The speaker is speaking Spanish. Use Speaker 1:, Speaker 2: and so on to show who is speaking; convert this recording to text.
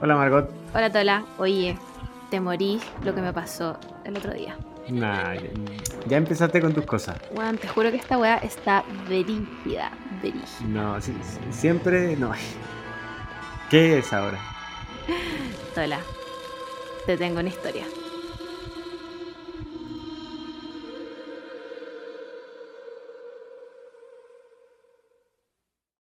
Speaker 1: Hola Margot.
Speaker 2: Hola Tola, oye, te morís lo que me pasó el otro día.
Speaker 1: Nah, ya, ya empezaste con tus cosas.
Speaker 2: Weón, te juro que esta weá está verígida, verígida.
Speaker 1: No, si- si- siempre no. ¿Qué es ahora?
Speaker 2: Tola, te tengo una historia.